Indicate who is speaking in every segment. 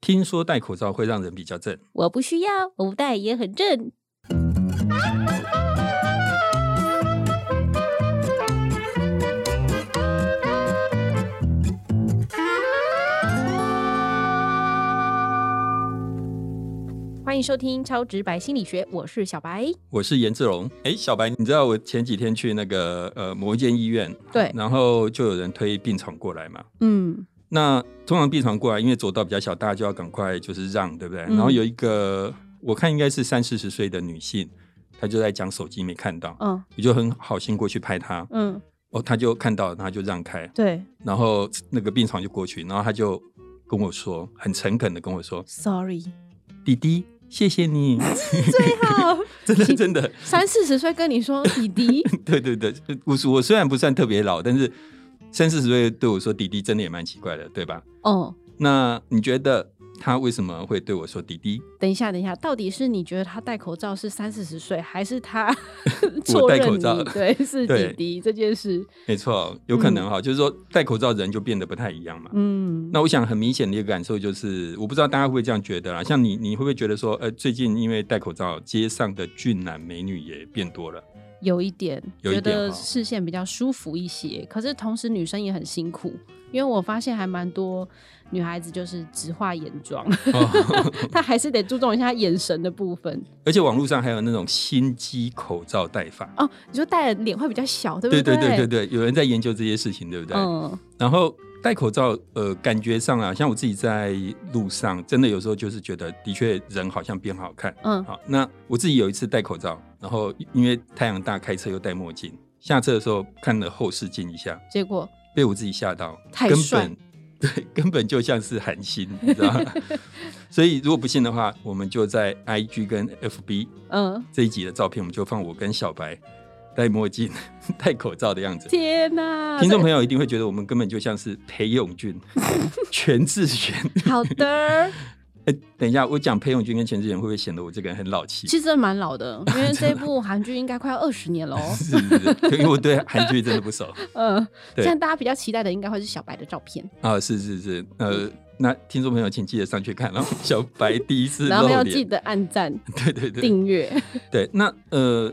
Speaker 1: 听说戴口罩会让人比较正，
Speaker 2: 我不需要，我不戴也很正。欢迎收听《超直白心理学》，我是小白。
Speaker 1: 我是颜志龙。哎，小白，你知道我前几天去那个呃某一间医院，
Speaker 2: 对
Speaker 1: 然后就有人推病床过来嘛。
Speaker 2: 嗯，
Speaker 1: 那通常病床过来，因为走道比较小，大家就要赶快就是让，对不对？
Speaker 2: 嗯
Speaker 1: 然后有一个我看应该是三四十岁的女性，她就在讲手机没看到，
Speaker 2: 嗯
Speaker 1: 我就很好心过去拍她，
Speaker 2: 嗯，
Speaker 1: 哦，她就看到了，她就让开，
Speaker 2: 对
Speaker 1: 然后那个病床就过去，然后她就跟我说，很诚恳的跟我说
Speaker 2: ，sorry，：“
Speaker 1: 弟弟，谢谢你。
Speaker 2: 最好
Speaker 1: 真的
Speaker 2: 请
Speaker 1: 真的，
Speaker 2: 三四十岁跟你 说弟弟，
Speaker 1: 对对对，我我虽然不算特别老，但是三四十岁对我说弟弟真的也蛮奇怪的，对吧？
Speaker 2: 哦，
Speaker 1: 那你觉得他为什么会对我说弟弟？
Speaker 2: 等一下，等一下，到底是你觉得他戴口罩是三四十岁，还 是他
Speaker 1: 我
Speaker 2: 错
Speaker 1: 戴
Speaker 2: 认
Speaker 1: 口
Speaker 2: 你
Speaker 1: 罩
Speaker 2: 对是弟
Speaker 1: 对
Speaker 2: 弟这件事？
Speaker 1: 没错，有可能哈、就是说戴口罩人就变得不太一样嘛。
Speaker 2: 嗯，
Speaker 1: 那我想很明显的一个感受就是，我不知道大家会不会这样觉得啦。像你，你会不会觉得说，呃，最近因为戴口罩，街上的俊男美女也变多 了？
Speaker 2: 有一点
Speaker 1: 有一
Speaker 2: 觉
Speaker 1: 点
Speaker 2: 得
Speaker 1: 哈
Speaker 2: 视线比较舒服一些，可是同时女生也很辛苦，因为我发现还蛮多女孩子就是只化眼 妆，
Speaker 1: 哦
Speaker 2: 她还是得注重一下眼神的部分。
Speaker 1: 而且网络上还有那种心机口罩戴法。
Speaker 2: 哦，你说戴了脸会比较小，对不
Speaker 1: 对
Speaker 2: 对
Speaker 1: 对对对对，有人在研究这些事情，对不对？
Speaker 2: 嗯
Speaker 1: 然后戴口罩，呃，感觉上啊，像我自己在路上，真的有时候就是觉得，的确人好像变好看。
Speaker 2: 嗯
Speaker 1: 好，那我自己有一次戴口罩，然后因为太阳大，开车又戴墨镜，下车的时候看了后视镜一下，
Speaker 2: 结果
Speaker 1: 被我自己吓到，
Speaker 2: 太
Speaker 1: 根
Speaker 2: 帅
Speaker 1: 本 对，根本就像是韩星，你知道吗？所以如果不信的话，我们就在 IG 跟 FB
Speaker 2: 嗯，
Speaker 1: 这一集的照片，我们就放我跟小白戴墨镜、 戴口罩的样子。
Speaker 2: 天 哪！
Speaker 1: 听众朋友一定会觉得我们根本就像是裴勇 俊、全智贤。
Speaker 2: 好的。
Speaker 1: 哎、等一下，我讲裴勇俊跟全智贤会不会显得我这个人很老气？
Speaker 2: 其实真的蛮老的，因为这部韩剧应该快要二十年了 哦。
Speaker 1: 是是是，因为我对韩剧真的不 熟
Speaker 2: 嗯，
Speaker 1: 对
Speaker 2: 现在大家比较期待的应该会是小白的照片，
Speaker 1: 啊。是是是，呃，那听众朋友请记得上去看哦。小白第一次
Speaker 2: 然后
Speaker 1: 露
Speaker 2: 要记
Speaker 1: 脸，
Speaker 2: 得按赞、
Speaker 1: 对对对
Speaker 2: 订阅。
Speaker 1: 对。那呃，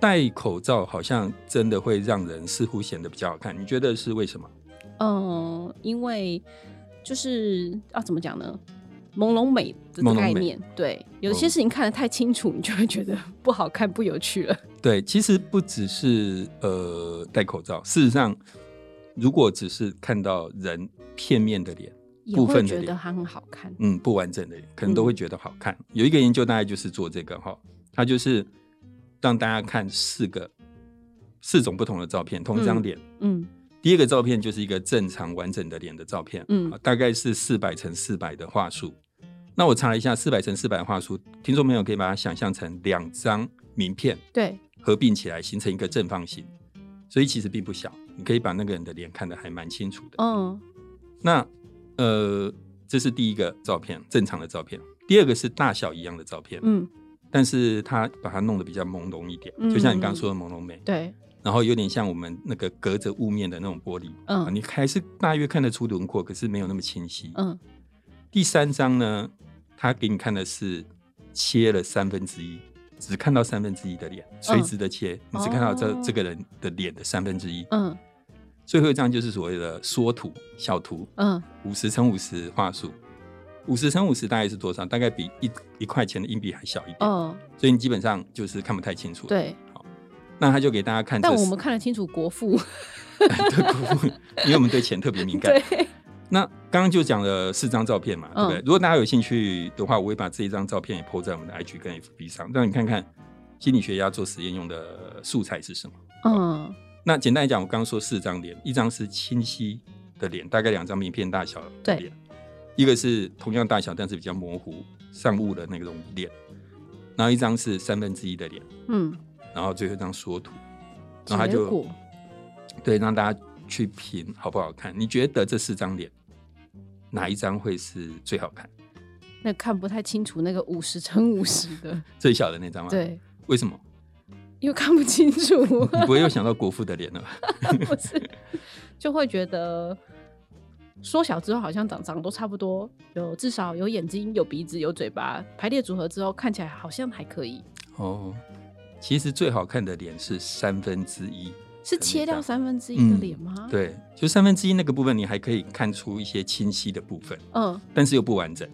Speaker 1: 戴口罩好像真的会让人似乎显得比较好看，你觉得是为什么？
Speaker 2: 嗯，因为就是要、怎么讲呢？朦胧美的
Speaker 1: 朦胧
Speaker 2: 概
Speaker 1: 美
Speaker 2: 念，对，有些
Speaker 1: 嗯
Speaker 2: 事情看得太清楚，你就会觉得不好看、不有趣了。
Speaker 1: 对，其实不只是呃戴口罩，事实上，如果只是看到人片面的脸，
Speaker 2: 也
Speaker 1: 部
Speaker 2: 会
Speaker 1: 分的
Speaker 2: 觉得
Speaker 1: 脸
Speaker 2: 它很好看。
Speaker 1: 嗯，不完整的脸，可能
Speaker 2: 嗯
Speaker 1: 都会觉得好看。有一个研究大概就是做这个哈，它就是让大家看四个四种不同的照片，同一张脸。
Speaker 2: 嗯
Speaker 1: 第一个照片就是一个正常完整的脸的照片，
Speaker 2: 嗯
Speaker 1: 啊大概是四百乘四百的话术。那我查了一下，四百乘四百话术，听众朋友可以把它想象成两张名片，
Speaker 2: 对，
Speaker 1: 合并起来形成一个正方形，所以其实并不小，你可以把那个人的脸看得还蛮清楚的。
Speaker 2: 嗯
Speaker 1: 那呃，这是第一个照片，正常的照片。第二个是大小一样的照片，
Speaker 2: 嗯，
Speaker 1: 但是它把它弄得比较朦胧一点，
Speaker 2: 嗯
Speaker 1: 就像你刚刚说的朦胧美，
Speaker 2: 对，
Speaker 1: 然后有点像我们那个隔着雾面的那种玻璃，
Speaker 2: 嗯
Speaker 1: 啊你还是大约看得出轮廓，可是没有那么清晰。
Speaker 2: 嗯
Speaker 1: 第三张呢，它给你看的是切了三分之一，只看到三分之一的脸，垂直的切，你只看到这、
Speaker 2: 嗯哦
Speaker 1: 这个人的脸的三分之一。
Speaker 2: 嗯
Speaker 1: 最后一张就是所谓的缩图、小图，
Speaker 2: 嗯，
Speaker 1: 五十乘五十话术，五十乘五十大概是多少？大概比一一块钱的硬币还小一点，
Speaker 2: 哦，
Speaker 1: 所以你基本上就是看不太清楚。，
Speaker 2: 对。
Speaker 1: 那他就给大家看这
Speaker 2: 但
Speaker 1: 四，
Speaker 2: 我们看得清楚 国父，
Speaker 1: 对，因为我们对钱特别敏感。
Speaker 2: 对，
Speaker 1: 那刚刚就讲了四张照片嘛，对不对？
Speaker 2: 嗯
Speaker 1: 如果大家有兴趣的话，我会把这一张照片也 po 在我们的 IG 跟 FB 上，让你看看心理学家做实验用的素材是什么。
Speaker 2: 嗯
Speaker 1: 那简单来讲，我刚刚说四张脸，一张是清晰的脸，大概两张名片大小的脸；一个是同样大小但是比较模糊、上雾的那种脸，然后一张是三分之一的脸，
Speaker 2: 嗯，
Speaker 1: 然后最后一张缩图，然后他
Speaker 2: 结
Speaker 1: 就
Speaker 2: 果
Speaker 1: 对让大家去评好不好看。你觉得这四张脸哪一张会是最好看？
Speaker 2: 那看不太清楚那个五十乘五十 的，
Speaker 1: 最小的那张吗？，
Speaker 2: 对，
Speaker 1: 为什么？
Speaker 2: 因为看不清楚，
Speaker 1: 你不会又想到国父的脸了吧？
Speaker 2: 不是，就会觉得缩小之后，好像长长都差不多，有至少有眼睛、有鼻子、有嘴巴，排列组合之后，看起来好像还可以。
Speaker 1: 哦，其实最好看的脸是三分之一，
Speaker 2: 是切掉三分之一的脸吗、
Speaker 1: 嗯？对，就三分之一那个部分，你还可以看出一些清晰的部分，嗯，但是又不完整，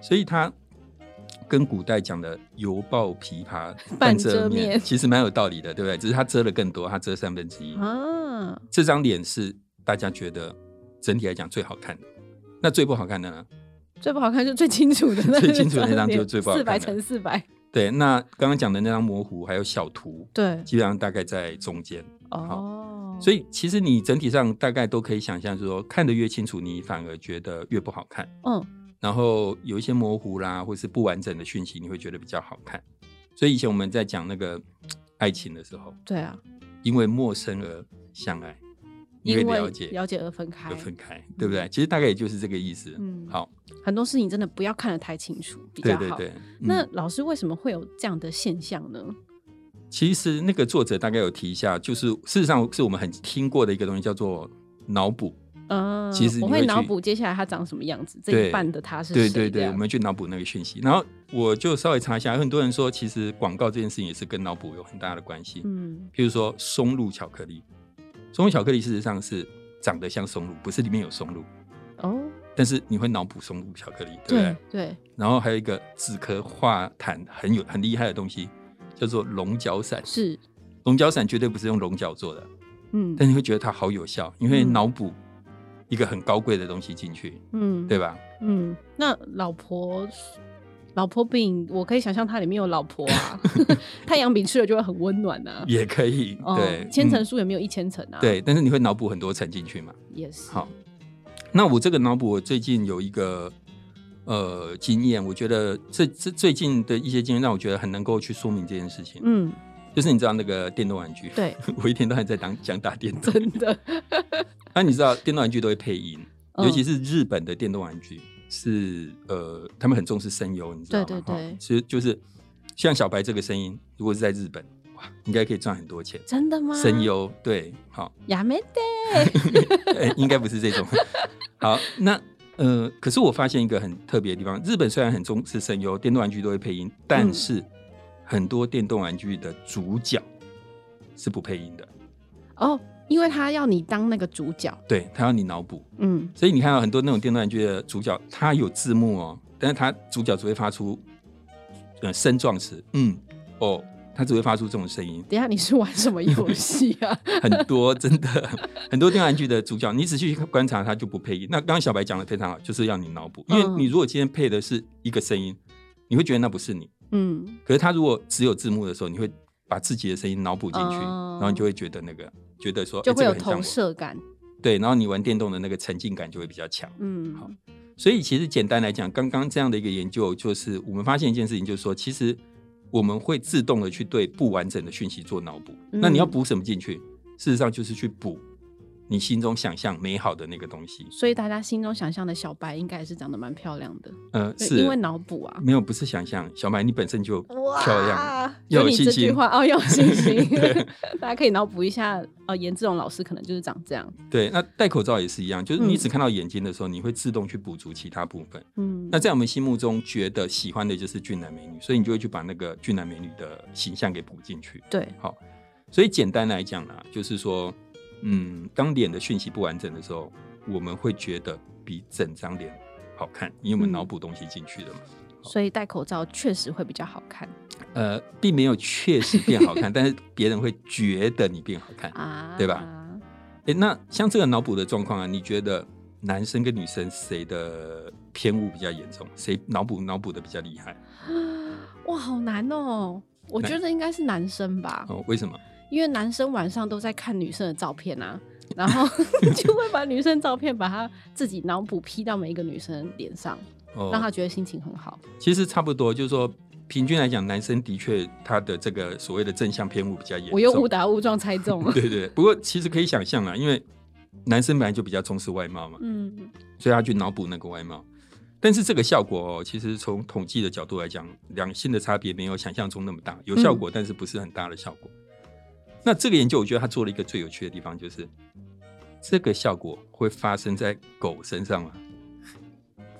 Speaker 1: 所以它跟古代讲的“犹抱琵琶半遮面”面其实蛮有道理的，对不对？只是它遮了更多，它遮三分之一。啊，这张脸是大家觉得整体来讲最好看的，那最不好看的呢？
Speaker 2: 最不好看就最清楚的那，
Speaker 1: 最清楚的那张就是最不好看
Speaker 2: 的，四百乘四百。
Speaker 1: 对，那刚刚讲的那张模糊还有小图，
Speaker 2: 对，
Speaker 1: 基本上大概在中间。
Speaker 2: 嗯
Speaker 1: 哦，所以其实你整体上大概都可以想象说，看得越清楚，你反而觉得越不好看。嗯，然后有一些模糊啦，或是不完整的讯息，你会觉得比较好看。所以以前我们在讲那个爱情的时候，
Speaker 2: 对啊，
Speaker 1: 因为陌生而相爱，
Speaker 2: 因
Speaker 1: 为了解
Speaker 2: 了解而分开，
Speaker 1: 而分开，对不对？其实大概也就是这个意思。嗯，好。
Speaker 2: 很多事情真的不要看得太清楚比较好。
Speaker 1: 对对对，嗯、
Speaker 2: 那老师为什么会有这样的现象呢？
Speaker 1: 其实那个作者大概有提一下，就是事实上是我们很听过的一个东西，叫做脑补。
Speaker 2: 嗯、呃，
Speaker 1: 其实
Speaker 2: 我会脑补接下来他长什么样子，这一半的他是
Speaker 1: 对对对，我们去脑补那个讯息。然后我就稍微查一下，很多人说其实广告这件事情也是跟脑补有很大的关系。嗯，譬如说松露巧克力，松露巧克力事实上是长得像松露，不是里面有松露。哦。但是你会脑补松露巧克力，对不啊对？
Speaker 2: 对。
Speaker 1: 然后还有一个纸壳化痰很有很厉害的东西，叫做龙角散。
Speaker 2: 是。
Speaker 1: 龙角散绝对不是用龙角做的，嗯。但你会觉得它好有效，因
Speaker 2: 嗯
Speaker 1: 为脑补一个很高贵的东西进去，嗯，对吧？
Speaker 2: 嗯。那老婆老婆饼，我可以想象它里面有老婆 啊。太阳饼吃了就会很温暖啊。
Speaker 1: 也可以，对。嗯
Speaker 2: 千层酥也没有一千层啊。
Speaker 1: 对，但是你会脑补很多层进去嘛？
Speaker 2: 也是。
Speaker 1: 好。那我这个脑补，我最近有一个呃经验，我觉得这这最近的一些经验让我觉得很能够去说明这件事情。嗯，就是你知道那个电动玩具，
Speaker 2: 对
Speaker 1: 我一天到晚在当讲打电动，
Speaker 2: 真的。
Speaker 1: 那啊、你知道电动玩具都会配音，嗯、尤其是日本的电动玩具是呃，他们很重视声优，你知道吗？
Speaker 2: 对对对，
Speaker 1: 其实就是像小白这个声音，如果是在日本。应该可以赚很多钱，
Speaker 2: 真的吗？
Speaker 1: 声优对，好，
Speaker 2: 亚美
Speaker 1: 得，应该不是这种。 好，那呃，可是我发现一个很特别的地方，日本虽然很重视声优，电动玩具都会配音，
Speaker 2: 嗯
Speaker 1: 但是很多电动玩具的主角是不配音的。
Speaker 2: 哦，因为他要你当那个主角，
Speaker 1: 对他要你脑补，嗯，所以你看到很多那种电动玩具的主角，他有字幕哦，但是他主角只会发出呃声状词，嗯，哦。它只会发出这种声音。
Speaker 2: 等下你是玩什么游戏啊？
Speaker 1: 很多真的 很多电玩剧的主角，你仔细观察他就不配音。那刚刚小白讲的非常好，就是要你脑补，因为
Speaker 2: 嗯
Speaker 1: 你如果今天配的是一个声音，你会觉得那不是你。嗯。可是他如果只有字幕的时候，你会把自己的声音脑补进去，嗯、然后你就会觉得那个觉得说
Speaker 2: 哦
Speaker 1: 哎
Speaker 2: 就会有投射感、欸
Speaker 1: 這個。对，然后你玩电动的那个沉浸感就会比较强。嗯。好，所以其实简单来讲，刚刚这样的一个研究，就是我们发现一件事情，就是说其实。我们会自动的去对不完整的讯息做脑补，嗯、那你要补什么进去？事实上就是去补你心中想象美好的那个东西。
Speaker 2: 所以大家心中想象的小白应该也是长得蛮漂亮的，
Speaker 1: 呃，是
Speaker 2: 因为脑补啊？
Speaker 1: 没有，不是想象，小白你本身就漂亮，要有信
Speaker 2: 心。这句话哦，要有 信心， 大家可以脑补一下。哦、呃，颜志勇老师可能就是长这样。
Speaker 1: 对，那戴口罩也是一样，就是你只看到眼睛的时候，嗯、你会自动去补足其他部分。嗯，那在我们心目中觉得喜欢的就是俊男美女，所以你就会去把那个俊男美女的形象给补进去。
Speaker 2: 对，
Speaker 1: 好，所以简单来讲啦，就是说，嗯，当脸的讯息不完整的时候，我们会觉得比整张脸好看，因为我们脑补东西进去了嘛。嗯
Speaker 2: 所以戴口罩确实会比较好看，
Speaker 1: 呃，并没有确实变好看，但是别人会觉得你变好看啊，对吧？哎、欸，那像这个脑补的状况啊，你觉得男生跟女生谁的偏误比较严重？谁脑补脑补的比较厉害？
Speaker 2: 哇，好难哦！我觉得应该是男生吧。
Speaker 1: 哦，为什么？
Speaker 2: 因为男生晚上都在看女生的照片啊。然后 就会把女生照片，把她自己脑补 P 到每一个女生脸上，哦、让她觉得心情很好。
Speaker 1: 其实差不多，就是说平均来讲，男生的确他的这个所谓的正向偏误比较严重。
Speaker 2: 我又误打误撞猜中了。
Speaker 1: 对,对对，不过其实可以想象啦，因为男生本来就比较重视外貌嘛，嗯，所以他去脑补那个外貌。但是这个效果哦，其实从统计的角度来讲，两性的差别没有想象中那么大，有效果，嗯、但是不是很大的效果。那这个研究，我觉得他做了一个最有趣的地方，就是这个效果会发生在狗身上吗？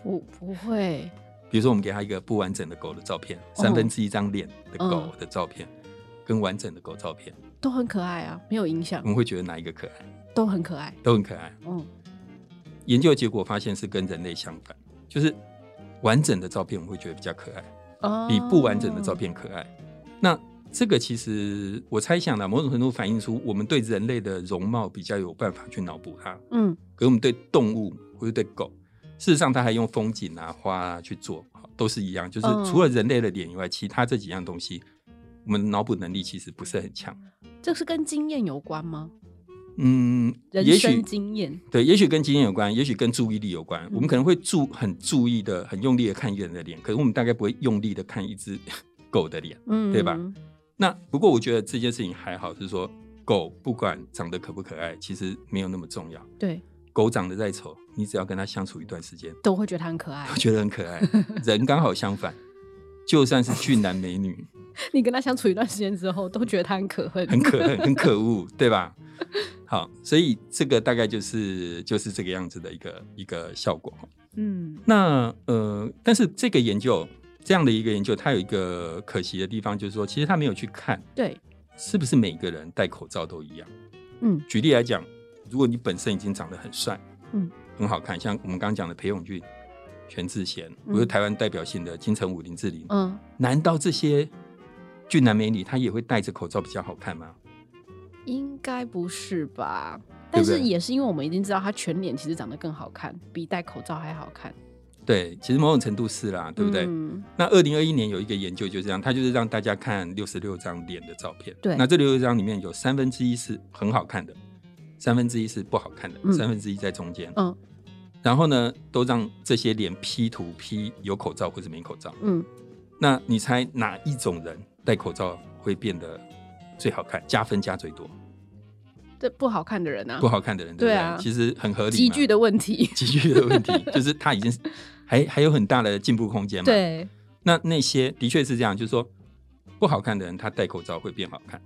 Speaker 2: 不，不会。
Speaker 1: 比如说，我们给他一个不完整的狗的照片，三分之一张脸的狗的照片，跟完整的狗照片
Speaker 2: 都很可爱啊，没有影响。
Speaker 1: 我们会觉得哪一个可爱？
Speaker 2: 都很可爱，
Speaker 1: 都很可爱。
Speaker 2: 嗯，
Speaker 1: 研究结果发现是跟人类相反，就是完整的照片我们会觉得比较可爱，
Speaker 2: 哦
Speaker 1: 啊比不完整的照片可爱。那这个其实我猜想呢，某种程度反映出我们对人类的容貌比较有办法去脑补它，
Speaker 2: 嗯
Speaker 1: 可是我们对动物或者对狗，事实上它还用风景啊、花啊去做，都是一样，就是
Speaker 2: 嗯
Speaker 1: 除了人类的脸以外，其他这几样东西，我们脑补能力其实不是很强。
Speaker 2: 这是跟经验有关吗？
Speaker 1: 嗯，
Speaker 2: 人
Speaker 1: 也许
Speaker 2: 生经验，
Speaker 1: 对，也许跟经验有关，也许跟注意力有关。我们可能会注很注意的、很用力的看一个人的脸，可是我们大概不会用力的看一只 狗的脸。
Speaker 2: 嗯，
Speaker 1: 对吧那不过我觉得这件事情还好，是说狗不管长得可不可爱，其实没有那么重要。
Speaker 2: 对，
Speaker 1: 狗长得再丑，你只要跟它相处一段时间，
Speaker 2: 都会觉得他很可爱
Speaker 1: 我。觉得很可爱。人刚好相反，就算是俊男美女，
Speaker 2: 你跟他相处一段时间之后，都觉得他很可恨，
Speaker 1: 很可恨、很可恶，对吧？好，所以这个大概就是就是这个样子的一个一个效果。哦
Speaker 2: 嗯
Speaker 1: 那呃，但是这个研究这样的一个研究，它有一个可惜的地方，就是说，其实他没有去看
Speaker 2: 对，
Speaker 1: 是不是每个人戴口罩都一样。
Speaker 2: 嗯
Speaker 1: 举例来讲，如果你本身已经长得很帅，
Speaker 2: 嗯，
Speaker 1: 很好看，像我们刚刚讲的裴勇俊、全智贤，我是台湾代表性的金城武、林志玲，
Speaker 2: 嗯，
Speaker 1: 难道这些俊男美女他也会戴着口罩比较好看吗？
Speaker 2: 应该不是吧？
Speaker 1: 对
Speaker 2: 但
Speaker 1: 不对
Speaker 2: 是也是因为我们已经知道他全脸其实长得更好看，比戴口罩还好看，
Speaker 1: 对，其实某种程度是啦，对不对？
Speaker 2: 嗯
Speaker 1: 那二零二一年有一个研究就这样，他就是让大家看六十六张脸的照片。
Speaker 2: 对
Speaker 1: 那这六十张里面有三分之一是很好看的，三分之一是不好看的，
Speaker 2: 嗯
Speaker 1: 三分之一在中间。
Speaker 2: 嗯
Speaker 1: 然后呢，都让这些脸 P 图 P 有口罩或是没口罩。
Speaker 2: 嗯，
Speaker 1: 那你猜哪一种人戴口罩会变得最好看，加分加最多？
Speaker 2: 这不好看的人啊
Speaker 1: 不，好看的人，对不对？
Speaker 2: 对啊
Speaker 1: 其实很合理嘛。
Speaker 2: 急剧的问题，
Speaker 1: 急剧的问题，就是他已经是还还有很大的进步空间嘛。。
Speaker 2: 对，
Speaker 1: 那那些的确是这样，就是说不好看的人，他戴口罩会变好看；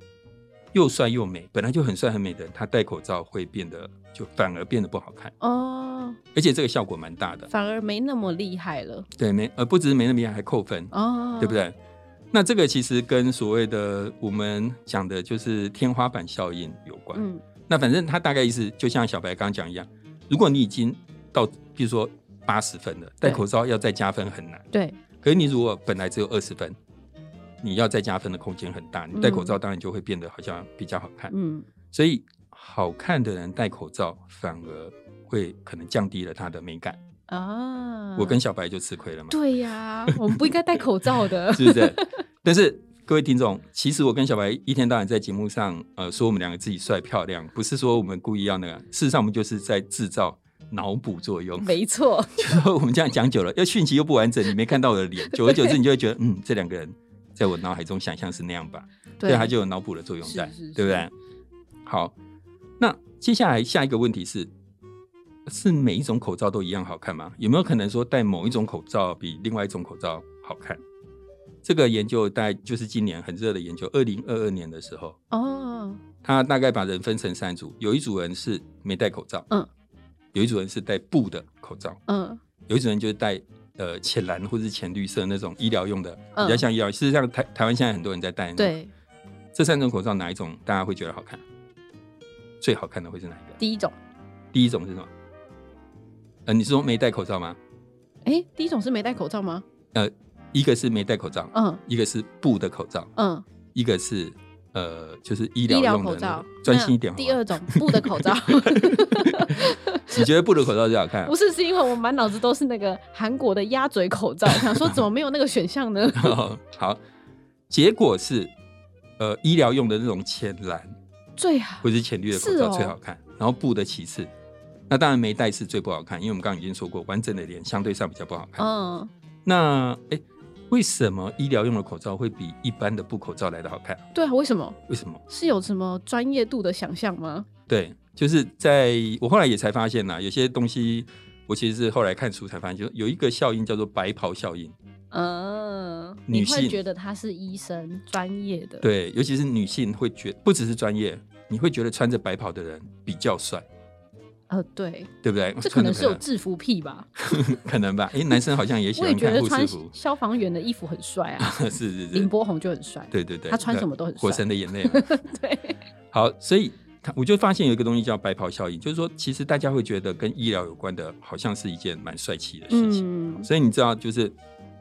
Speaker 1: 又帅又美，本来就很帅很美的人，他戴口罩会变得就反而变得不好看，
Speaker 2: 哦，
Speaker 1: 而且这个效果蛮大的。
Speaker 2: 反而没那么厉害了，
Speaker 1: 对，没呃，不只是没那么厉害，还扣分，
Speaker 2: 哦，
Speaker 1: 对不？对？那这个其实跟所谓的我们讲的就是天花板效应有关。
Speaker 2: 嗯
Speaker 1: 那反正他大概意思，就像小白刚刚讲一样，如果你已经到比如说八十分了，戴
Speaker 2: 对
Speaker 1: 口罩要再加分很难。
Speaker 2: 对，
Speaker 1: 可是你如果本来只有二十分，你要再加分的空间很大。你戴口罩当然就会变得好像比较好看，
Speaker 2: 嗯
Speaker 1: 所以好看的人戴口罩反而会可能降低了它的美感。
Speaker 2: 啊，
Speaker 1: 我跟小白就吃亏了嘛，，
Speaker 2: 对呀、我们不应该戴口罩的
Speaker 1: 是不是？但是各位听众，其实我跟小白一天到晚在节目上呃说我们两个自己帅漂亮，不是说我们故意要那个，事实上我们就是在制造脑补作用。
Speaker 2: 没错，
Speaker 1: 就是我们这样讲久了，要讯息又不完整，你没看到我的脸，久而久之你就会觉得，嗯，这两个人在我脑海中想象是那样 吧，对，它就有脑补的作用在，
Speaker 2: 是是是
Speaker 1: 对不对？好，那接下来下一个问题是，是每一种口罩都一样好看吗？有没有可能说戴某一种口罩比另外一种口罩好看？这个研究大概就是今年很热的研究，二零二二年的时候，
Speaker 2: 哦，
Speaker 1: 他大概把人分成三组，有一组人是没戴口罩，
Speaker 2: 嗯，
Speaker 1: 有一组人是戴布的口罩，
Speaker 2: 嗯
Speaker 1: 有一种人就是戴呃浅蓝或是浅绿色那种医疗用的，
Speaker 2: 嗯
Speaker 1: 比较像医疗。事实上，台台湾现在很多人在戴那种。
Speaker 2: 对，
Speaker 1: 这三种口罩哪一种大家会觉得好看？最好看的会是哪一个？
Speaker 2: 第一种，
Speaker 1: 第一种是什么？呃，你是说没戴口罩吗？
Speaker 2: 哎，第一种是没戴口罩吗？
Speaker 1: 一个是没戴口罩，
Speaker 2: 嗯
Speaker 1: 一个是布的口罩，
Speaker 2: 嗯，
Speaker 1: 一个是呃就是医
Speaker 2: 医
Speaker 1: 疗
Speaker 2: 疗
Speaker 1: 用
Speaker 2: 口
Speaker 1: 的那
Speaker 2: 罩
Speaker 1: 种。，专心一点好
Speaker 2: 那第
Speaker 1: 不好
Speaker 2: 二。种布的 口罩，
Speaker 1: 你觉得布的口罩最好看
Speaker 2: 不？是是因为我满脑子都是那个韩国的鸭嘴 口罩，想说怎么没有那个选项呢？
Speaker 1: 好，结果是呃医疗用的那种浅蓝，
Speaker 2: 最好
Speaker 1: 或者是浅绿的口
Speaker 2: 是
Speaker 1: 罩
Speaker 2: 哦
Speaker 1: 最好看，然后布的其次。那当然没戴是最不好看，因为我们刚刚已经说过，完整的脸相对上比较不好看。
Speaker 2: 嗯，
Speaker 1: 那哎、诶为什么医疗用的口罩会比一般的布口罩来的好看？
Speaker 2: 对啊，为什么
Speaker 1: 为什么？
Speaker 2: 是有什么专业度的想象吗？
Speaker 1: 对，就是在我后来也才发现啦，有些东西我其实是后来看书才发现，就有一个效应叫做白袍效应。
Speaker 2: 嗯，
Speaker 1: 女
Speaker 2: 你
Speaker 1: 性
Speaker 2: 会觉得他是医生专业的，
Speaker 1: 对，尤其是女性会觉不只是专业，你会觉得穿着白袍的人比较帅。
Speaker 2: 呃，对，
Speaker 1: 对不对？
Speaker 2: 这可能是有制服癖吧？
Speaker 1: 可能吧。哎，男生好像也喜
Speaker 2: 我也
Speaker 1: 欢
Speaker 2: 觉
Speaker 1: 看
Speaker 2: 得
Speaker 1: 护
Speaker 2: 穿
Speaker 1: 士服，
Speaker 2: 消防员的衣服很帅啊，
Speaker 1: 是是
Speaker 2: 林
Speaker 1: 是，
Speaker 2: 柏宏就很帅。
Speaker 1: 对对对，
Speaker 2: 他穿
Speaker 1: 对
Speaker 2: 什么都很
Speaker 1: 火
Speaker 2: 帅
Speaker 1: 神的 眼泪嘛。
Speaker 2: 对，
Speaker 1: 好，所以他我就发现有一个东西叫白袍效应，就是说，其实大家会觉得跟医疗有关的，好像是一件蛮帅气的事情。
Speaker 2: 嗯，
Speaker 1: 所以你知道，就是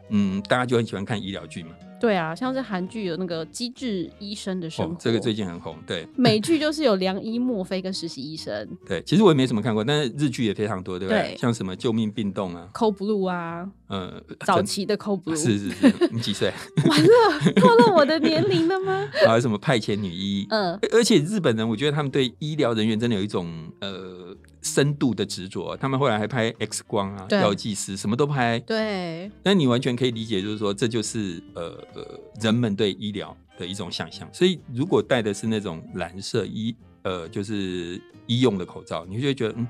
Speaker 1: 嗯，大家就很喜欢看医疗剧嘛。
Speaker 2: 对啊，像是韩剧有那个《机智医生的生活
Speaker 1: 嗯哦》，，这个最近很红。对
Speaker 2: 美剧就是有良医墨菲跟实习医生
Speaker 1: 对，其实我也没什么看过，但是日剧也非常多，对不对？
Speaker 2: 对
Speaker 1: 像什么救命病动啊，
Speaker 2: Cold Blue 啊，
Speaker 1: 呃，
Speaker 2: 早
Speaker 1: 真
Speaker 2: 期的 Cold Blue
Speaker 1: 是是是，你几岁？
Speaker 2: 完了，透露我的年龄了吗？
Speaker 1: 还有什么派遣女医？
Speaker 2: 嗯，
Speaker 1: 而且日本人，我觉得他们对医疗人员真的有一种呃深度的执着。他们后来还拍 X 光啊、
Speaker 2: 对
Speaker 1: 药剂师，什么都拍。
Speaker 2: 对，
Speaker 1: 那你完全可以理解，就是说这就是呃呃人们对医疗的一种想象。所以如果戴的是那种蓝色医呃就是医用的口罩，你就会觉得嗯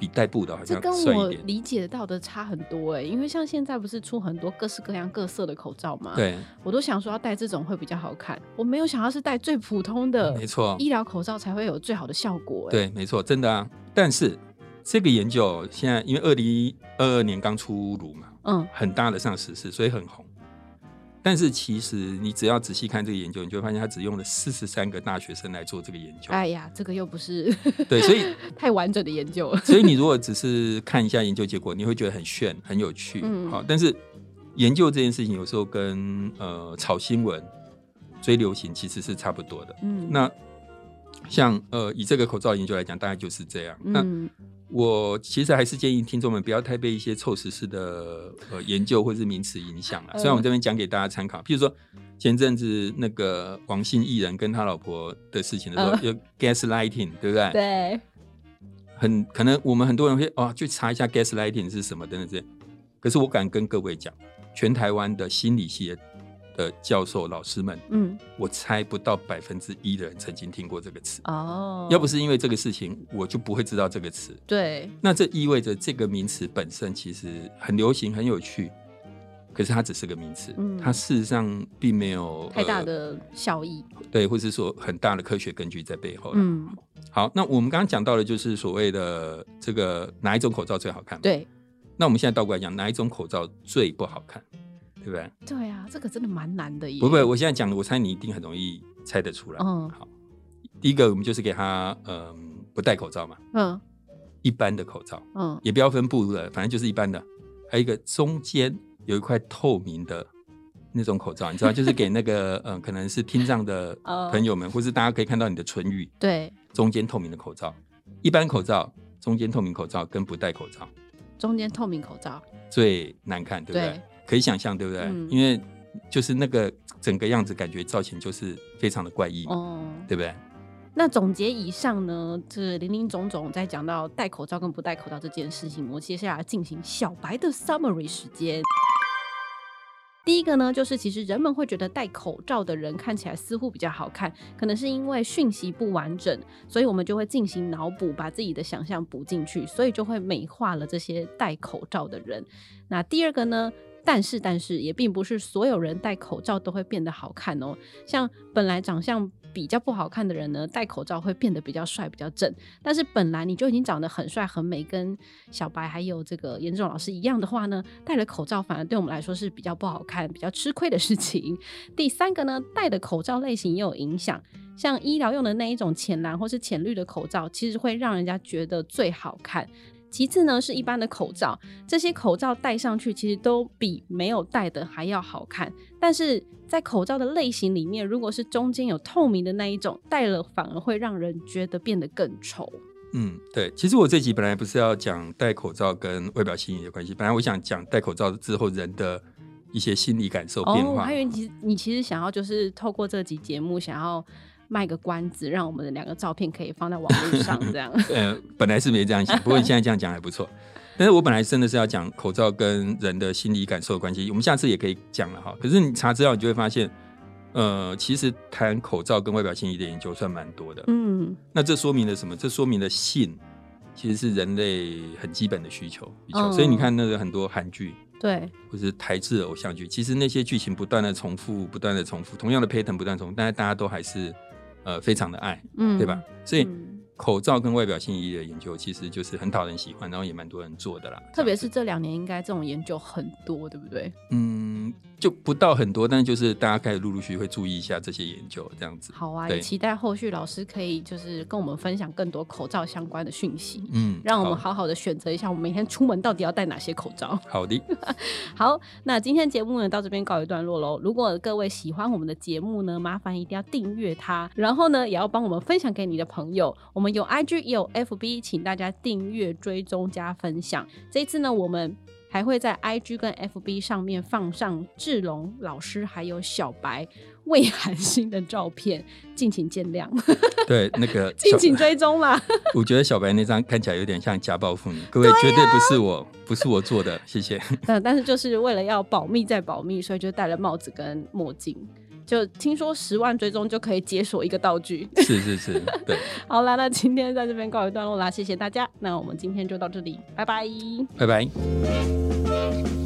Speaker 1: 比戴布的好
Speaker 2: 这
Speaker 1: 像
Speaker 2: 跟
Speaker 1: 帅
Speaker 2: 我
Speaker 1: 一点。
Speaker 2: 理解到的差很多哎、因为像现在不是出很多各式各样各色的口罩嘛，，
Speaker 1: 对，
Speaker 2: 我都想说要戴这种会比较好看，我没有想要是戴最普通的
Speaker 1: 没错，
Speaker 2: 呃医疗口罩才会有最好的效果哎、
Speaker 1: 对，没错，真的啊。但是这个研究现在因为二零二二年刚出炉嘛，
Speaker 2: 嗯，
Speaker 1: 很大的上实事，所以很红。但是其实你只要仔细看这个研究，你就会发现他只用了四十三个大学生来做这个研究。
Speaker 2: 哎呀，这个又不是
Speaker 1: 对，所以
Speaker 2: 太完整的研究了，
Speaker 1: 所以你如果只是看一下研究结果，你会觉得很炫、很有趣。
Speaker 2: 嗯
Speaker 1: 好，但是研究这件事情有时候跟呃炒新闻、追流行其实是差不多的。
Speaker 2: 嗯，
Speaker 1: 那像呃以这个口罩研究来讲，大概就是这样。那
Speaker 2: 嗯，
Speaker 1: 我其实还是建议听众们不要太被一些凑时事的呃研究或是名词影响了。
Speaker 2: 嗯
Speaker 1: 虽然我们这边讲给大家参考，譬如说前阵子那个王姓艺人跟他老婆的事情的时候，
Speaker 2: 嗯
Speaker 1: 有 gaslighting，对不对？
Speaker 2: 对，
Speaker 1: 很可能我们很多人会哦去查一下 gaslighting 是什么等等之类。可是我敢跟各位讲，全台湾的心理系的教授老师们，
Speaker 2: 嗯，
Speaker 1: 我猜不到百分之一的人曾经听过这个词。
Speaker 2: 哦，
Speaker 1: 要不是因为这个事情，我就不会知道这个词。
Speaker 2: 对，
Speaker 1: 那这意味着这个名词本身其实很流行、很有趣，可是它只是个名词，
Speaker 2: 嗯
Speaker 1: 它事实上并没有
Speaker 2: 太大、
Speaker 1: 呃
Speaker 2: 的效益，
Speaker 1: 对，或是说很大的科学根据在背后。嗯，
Speaker 2: 嗯，
Speaker 1: 好，那我们刚刚讲到的就是所谓的这个哪一种口罩最好看？，
Speaker 2: 对，
Speaker 1: 那我们现在倒过来讲，哪一种口罩最不好看？对不对？
Speaker 2: 对啊，这个真的蛮难的耶，
Speaker 1: 不会，我现在讲的，我猜你一定很容易猜得出来。
Speaker 2: 嗯
Speaker 1: 好，第一个我们就是给他嗯、不戴口罩嘛，
Speaker 2: 嗯
Speaker 1: 一般的口罩。
Speaker 2: 嗯，
Speaker 1: 也不要分布的，反正就是一般的。还有一个中间有一块透明的那种口罩，你知道，就是给那个嗯，可能是听障的
Speaker 2: 哦
Speaker 1: 朋友们，或是大家可以看到你的唇语，
Speaker 2: 对，
Speaker 1: 中间透明的口罩，一般口罩、中间透明口罩跟不戴口罩
Speaker 2: 中间透明口罩，
Speaker 1: 最难看，对不对？
Speaker 2: 对
Speaker 1: 可以想象，对不对？
Speaker 2: 嗯
Speaker 1: 因为就是那个整个样子，感觉造型就是非常的怪异嘛，
Speaker 2: 哦，
Speaker 1: 对不对？
Speaker 2: 那总结以上呢，这林林总总在讲到戴口罩跟不戴口罩这件事情，我们接下来进行小白的 summary 时间。第一个呢，就是其实人们会觉得戴口罩的人看起来似乎比较好看，可能是因为讯息不完整，所以我们就会进行脑补，把自己的想象补进去，所以就会美化了这些戴口罩的人。那第二个呢？但是，但是也并不是所有人戴口罩都会变得好看哦。像本来长相比较不好看的人呢，戴口罩会变得比较帅、比较正。但是本来你就已经长得很帅、很美，跟小白还有这个严仲老师一样的话呢，戴了口罩反而对我们来说是比较不好看、比较吃亏的事情。第三个呢，戴的口罩类型也有影响。像医疗用的那一种浅蓝或是浅绿的口罩，其实会让人家觉得最好看。其次呢，是一般的口罩，这些口罩戴上去其实都比没有戴的还要好看。但是在口罩的类型里面，如果是中间有透明的那一种，戴了反而会让人觉得变得更丑。
Speaker 1: 嗯，对。其实我这集本来不是要讲戴口罩跟外表心理的关系，本来我想讲戴口罩之后人的一些心理感受变
Speaker 2: 我
Speaker 1: 化。
Speaker 2: 哦还以为你其实你其实想要就是透过这集节目想要卖个关子，让我们的两个照片可以放在网络上这 样。
Speaker 1: 呃，本来是没这样想，不过你现在这样讲还不错。 但是我本来真的是要讲口罩跟人的心理感受的关系，我们下次也可以讲了哈。可是你查资料，你就会发现，呃，其实谈口罩跟外表心理的研究算蛮多的。
Speaker 2: 嗯，
Speaker 1: 那这说明了什么？这说明了性其实是人类很基本的需求。需求
Speaker 2: 嗯
Speaker 1: 所以你看那个很多韩剧，
Speaker 2: 对，
Speaker 1: 或是台制偶像剧，其实那些剧情不断的重复，不断的重复，同样的 pattern 不断地重复，但是大家都还是呃非常的爱，
Speaker 2: 嗯，
Speaker 1: 对吧？？所以
Speaker 2: 嗯
Speaker 1: 口罩跟外表性意义的研究，其实就是很讨人喜欢，然后也蛮多人做的啦。
Speaker 2: 特别是这两年，应该这种研究很多，对不对？
Speaker 1: 嗯，就不到很多，但就是大家开始陆陆续续会注意一下这些研究，这样子。
Speaker 2: 好啊，也
Speaker 1: 对
Speaker 2: 期待后续老师可以就是跟我们分享更多口罩相关的讯息，
Speaker 1: 嗯，
Speaker 2: 让我们好好的选择一下我们每天出门到底要戴哪些口罩。
Speaker 1: 好的，
Speaker 2: 好，那今天节目呢到这边告一段落喽。如果各位喜欢我们的节目呢，麻烦一定要订阅它，然后呢也要帮我们分享给你的朋友。我们有 IG 也有 FB，请大家订阅、追踪加分享。这一次呢，我们。还会在 IG 跟 FB 上面放上志龙老师还有小白魏寒星的照片，敬请见谅，
Speaker 1: 对那个
Speaker 2: 敬
Speaker 1: 小
Speaker 2: 请追踪啦。
Speaker 1: 我觉得小白那张看起来有点像家暴妇女，各位绝对不是我，不是我做的，谢 谢。
Speaker 2: 嗯，但是就是为了要保密再保密，所以就戴了帽子跟墨镜。就听说十万追踪就可以解锁一个道具。
Speaker 1: 是是是，对，
Speaker 2: 好啦，那今天在这边告一段落啦，谢谢大家。那我们今天就到这里，拜拜。
Speaker 1: 拜拜。